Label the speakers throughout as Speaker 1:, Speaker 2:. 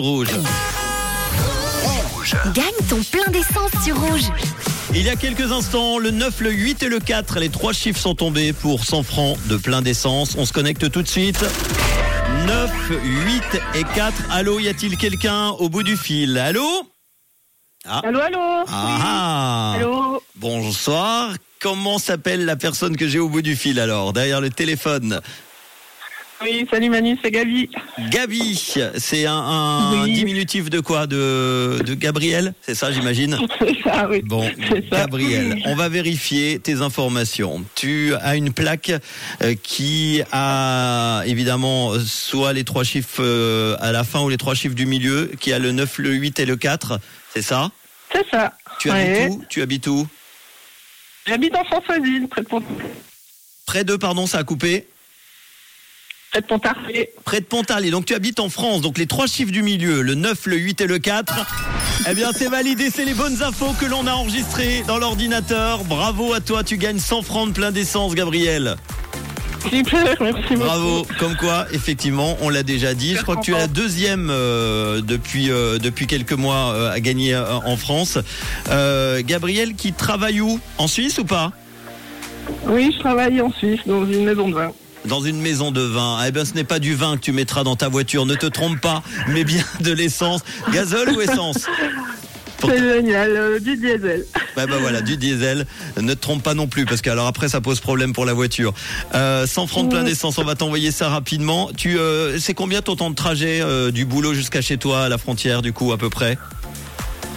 Speaker 1: Rouge.
Speaker 2: Gagne ton plein d'essence sur rouge.
Speaker 1: Il y a quelques instants, le 9, le 8 et le 4, les trois chiffres sont tombés pour 100 francs de plein d'essence. On se connecte tout de suite. 9, 8 et 4. Allô, y a-t-il quelqu'un au bout du fil Allô
Speaker 3: Allô, allô
Speaker 1: Ah ah.
Speaker 3: Allô
Speaker 1: Bonsoir. Comment s'appelle la personne que j'ai au bout du fil alors Derrière le téléphone.
Speaker 3: Oui, salut Manu, c'est Gabi.
Speaker 1: Gabi, c'est un, un
Speaker 3: Oui.
Speaker 1: diminutif de quoi de, de Gabriel C'est ça, j'imagine
Speaker 3: C'est ça, oui.
Speaker 1: Bon,
Speaker 3: C'est ça.
Speaker 1: Gabriel, on va vérifier tes informations. Tu as une plaque euh, qui a évidemment euh, soit les trois chiffres euh, à la fin ou les trois chiffres du milieu, qui a le 9, le 8 et le 4, c'est ça
Speaker 3: C'est ça.
Speaker 1: Tu
Speaker 3: Ouais.
Speaker 1: habites où Tu habites où
Speaker 3: J'habite en Françoisie, près de, Pont-
Speaker 1: Près de, pardon, ça a coupé
Speaker 3: près de Pontarlier.
Speaker 1: Près de Pontarlier. Donc tu habites en France. Donc les trois chiffres du milieu, le 9, le 8 et le 4. Eh bien c'est validé, c'est les bonnes infos que l'on a enregistrées dans l'ordinateur. Bravo à toi, tu gagnes 100 francs de plein d'essence, Gabriel.
Speaker 3: Super, merci beaucoup.
Speaker 1: Bravo. Comme quoi, effectivement, on l'a déjà dit. Je crois que tu es la deuxième euh, depuis euh, depuis quelques mois euh, à gagner euh, en France. Euh, Gabriel, qui travaille où En Suisse ou pas
Speaker 3: Oui, je travaille en Suisse, dans une maison de vin.
Speaker 1: dans une maison de vin. Eh bien, ce n'est pas du vin que tu mettras dans ta voiture, ne te trompe pas, mais bien de l'essence. Gazole ou essence Pour-
Speaker 3: C'est génial, euh, du diesel.
Speaker 1: Bah bah voilà, du diesel. Ne te trompe pas non plus, parce que alors après ça pose problème pour la voiture. Euh, 100 francs de plein d'essence, on va t'envoyer ça rapidement. Tu, euh, c'est combien ton temps de trajet euh, du boulot jusqu'à chez toi à la frontière du coup à peu près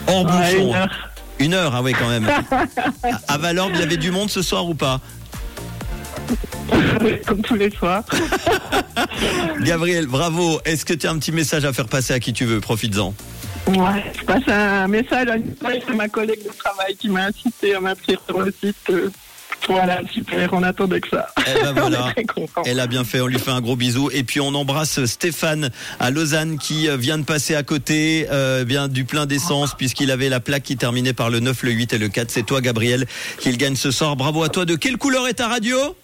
Speaker 1: Hors
Speaker 3: Ouais,
Speaker 1: bouchon.
Speaker 3: une heure.
Speaker 1: Une heure, ah oui quand même. À- à Valorbe, il y avait du monde ce soir ou pas
Speaker 3: Comme tous les soirs.
Speaker 1: Gabriel, bravo. Est-ce que tu as un petit message à faire passer à qui tu veux Profites-en.
Speaker 3: Ouais, je passe un message à Nicole, c'est ma collègue de travail qui m'a incité à m'inscrire sur le site. euh, Voilà, super, on attendait que ça.
Speaker 1: Eh ben
Speaker 3: on est
Speaker 1: voilà.
Speaker 3: très contents.
Speaker 1: Elle a bien fait, on lui fait un gros bisou. Et puis on embrasse Stéphane à Lausanne qui euh, vient de passer à côté euh, bien du plein d'essence puisqu'il avait la plaque qui terminait par le 9, le 8 et le 4. C'est toi Gabriel qu'il gagne ce sort. Bravo à toi. De quelle couleur est ta radio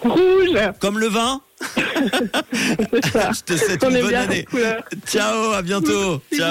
Speaker 3: Rouge,
Speaker 1: Comme le vin
Speaker 3: c'est ça.
Speaker 1: Je te souhaite
Speaker 3: on
Speaker 1: une
Speaker 3: est
Speaker 1: bonne
Speaker 3: bien
Speaker 1: année.
Speaker 3: en couleur.
Speaker 1: Ciao, à bientôt. Ciao.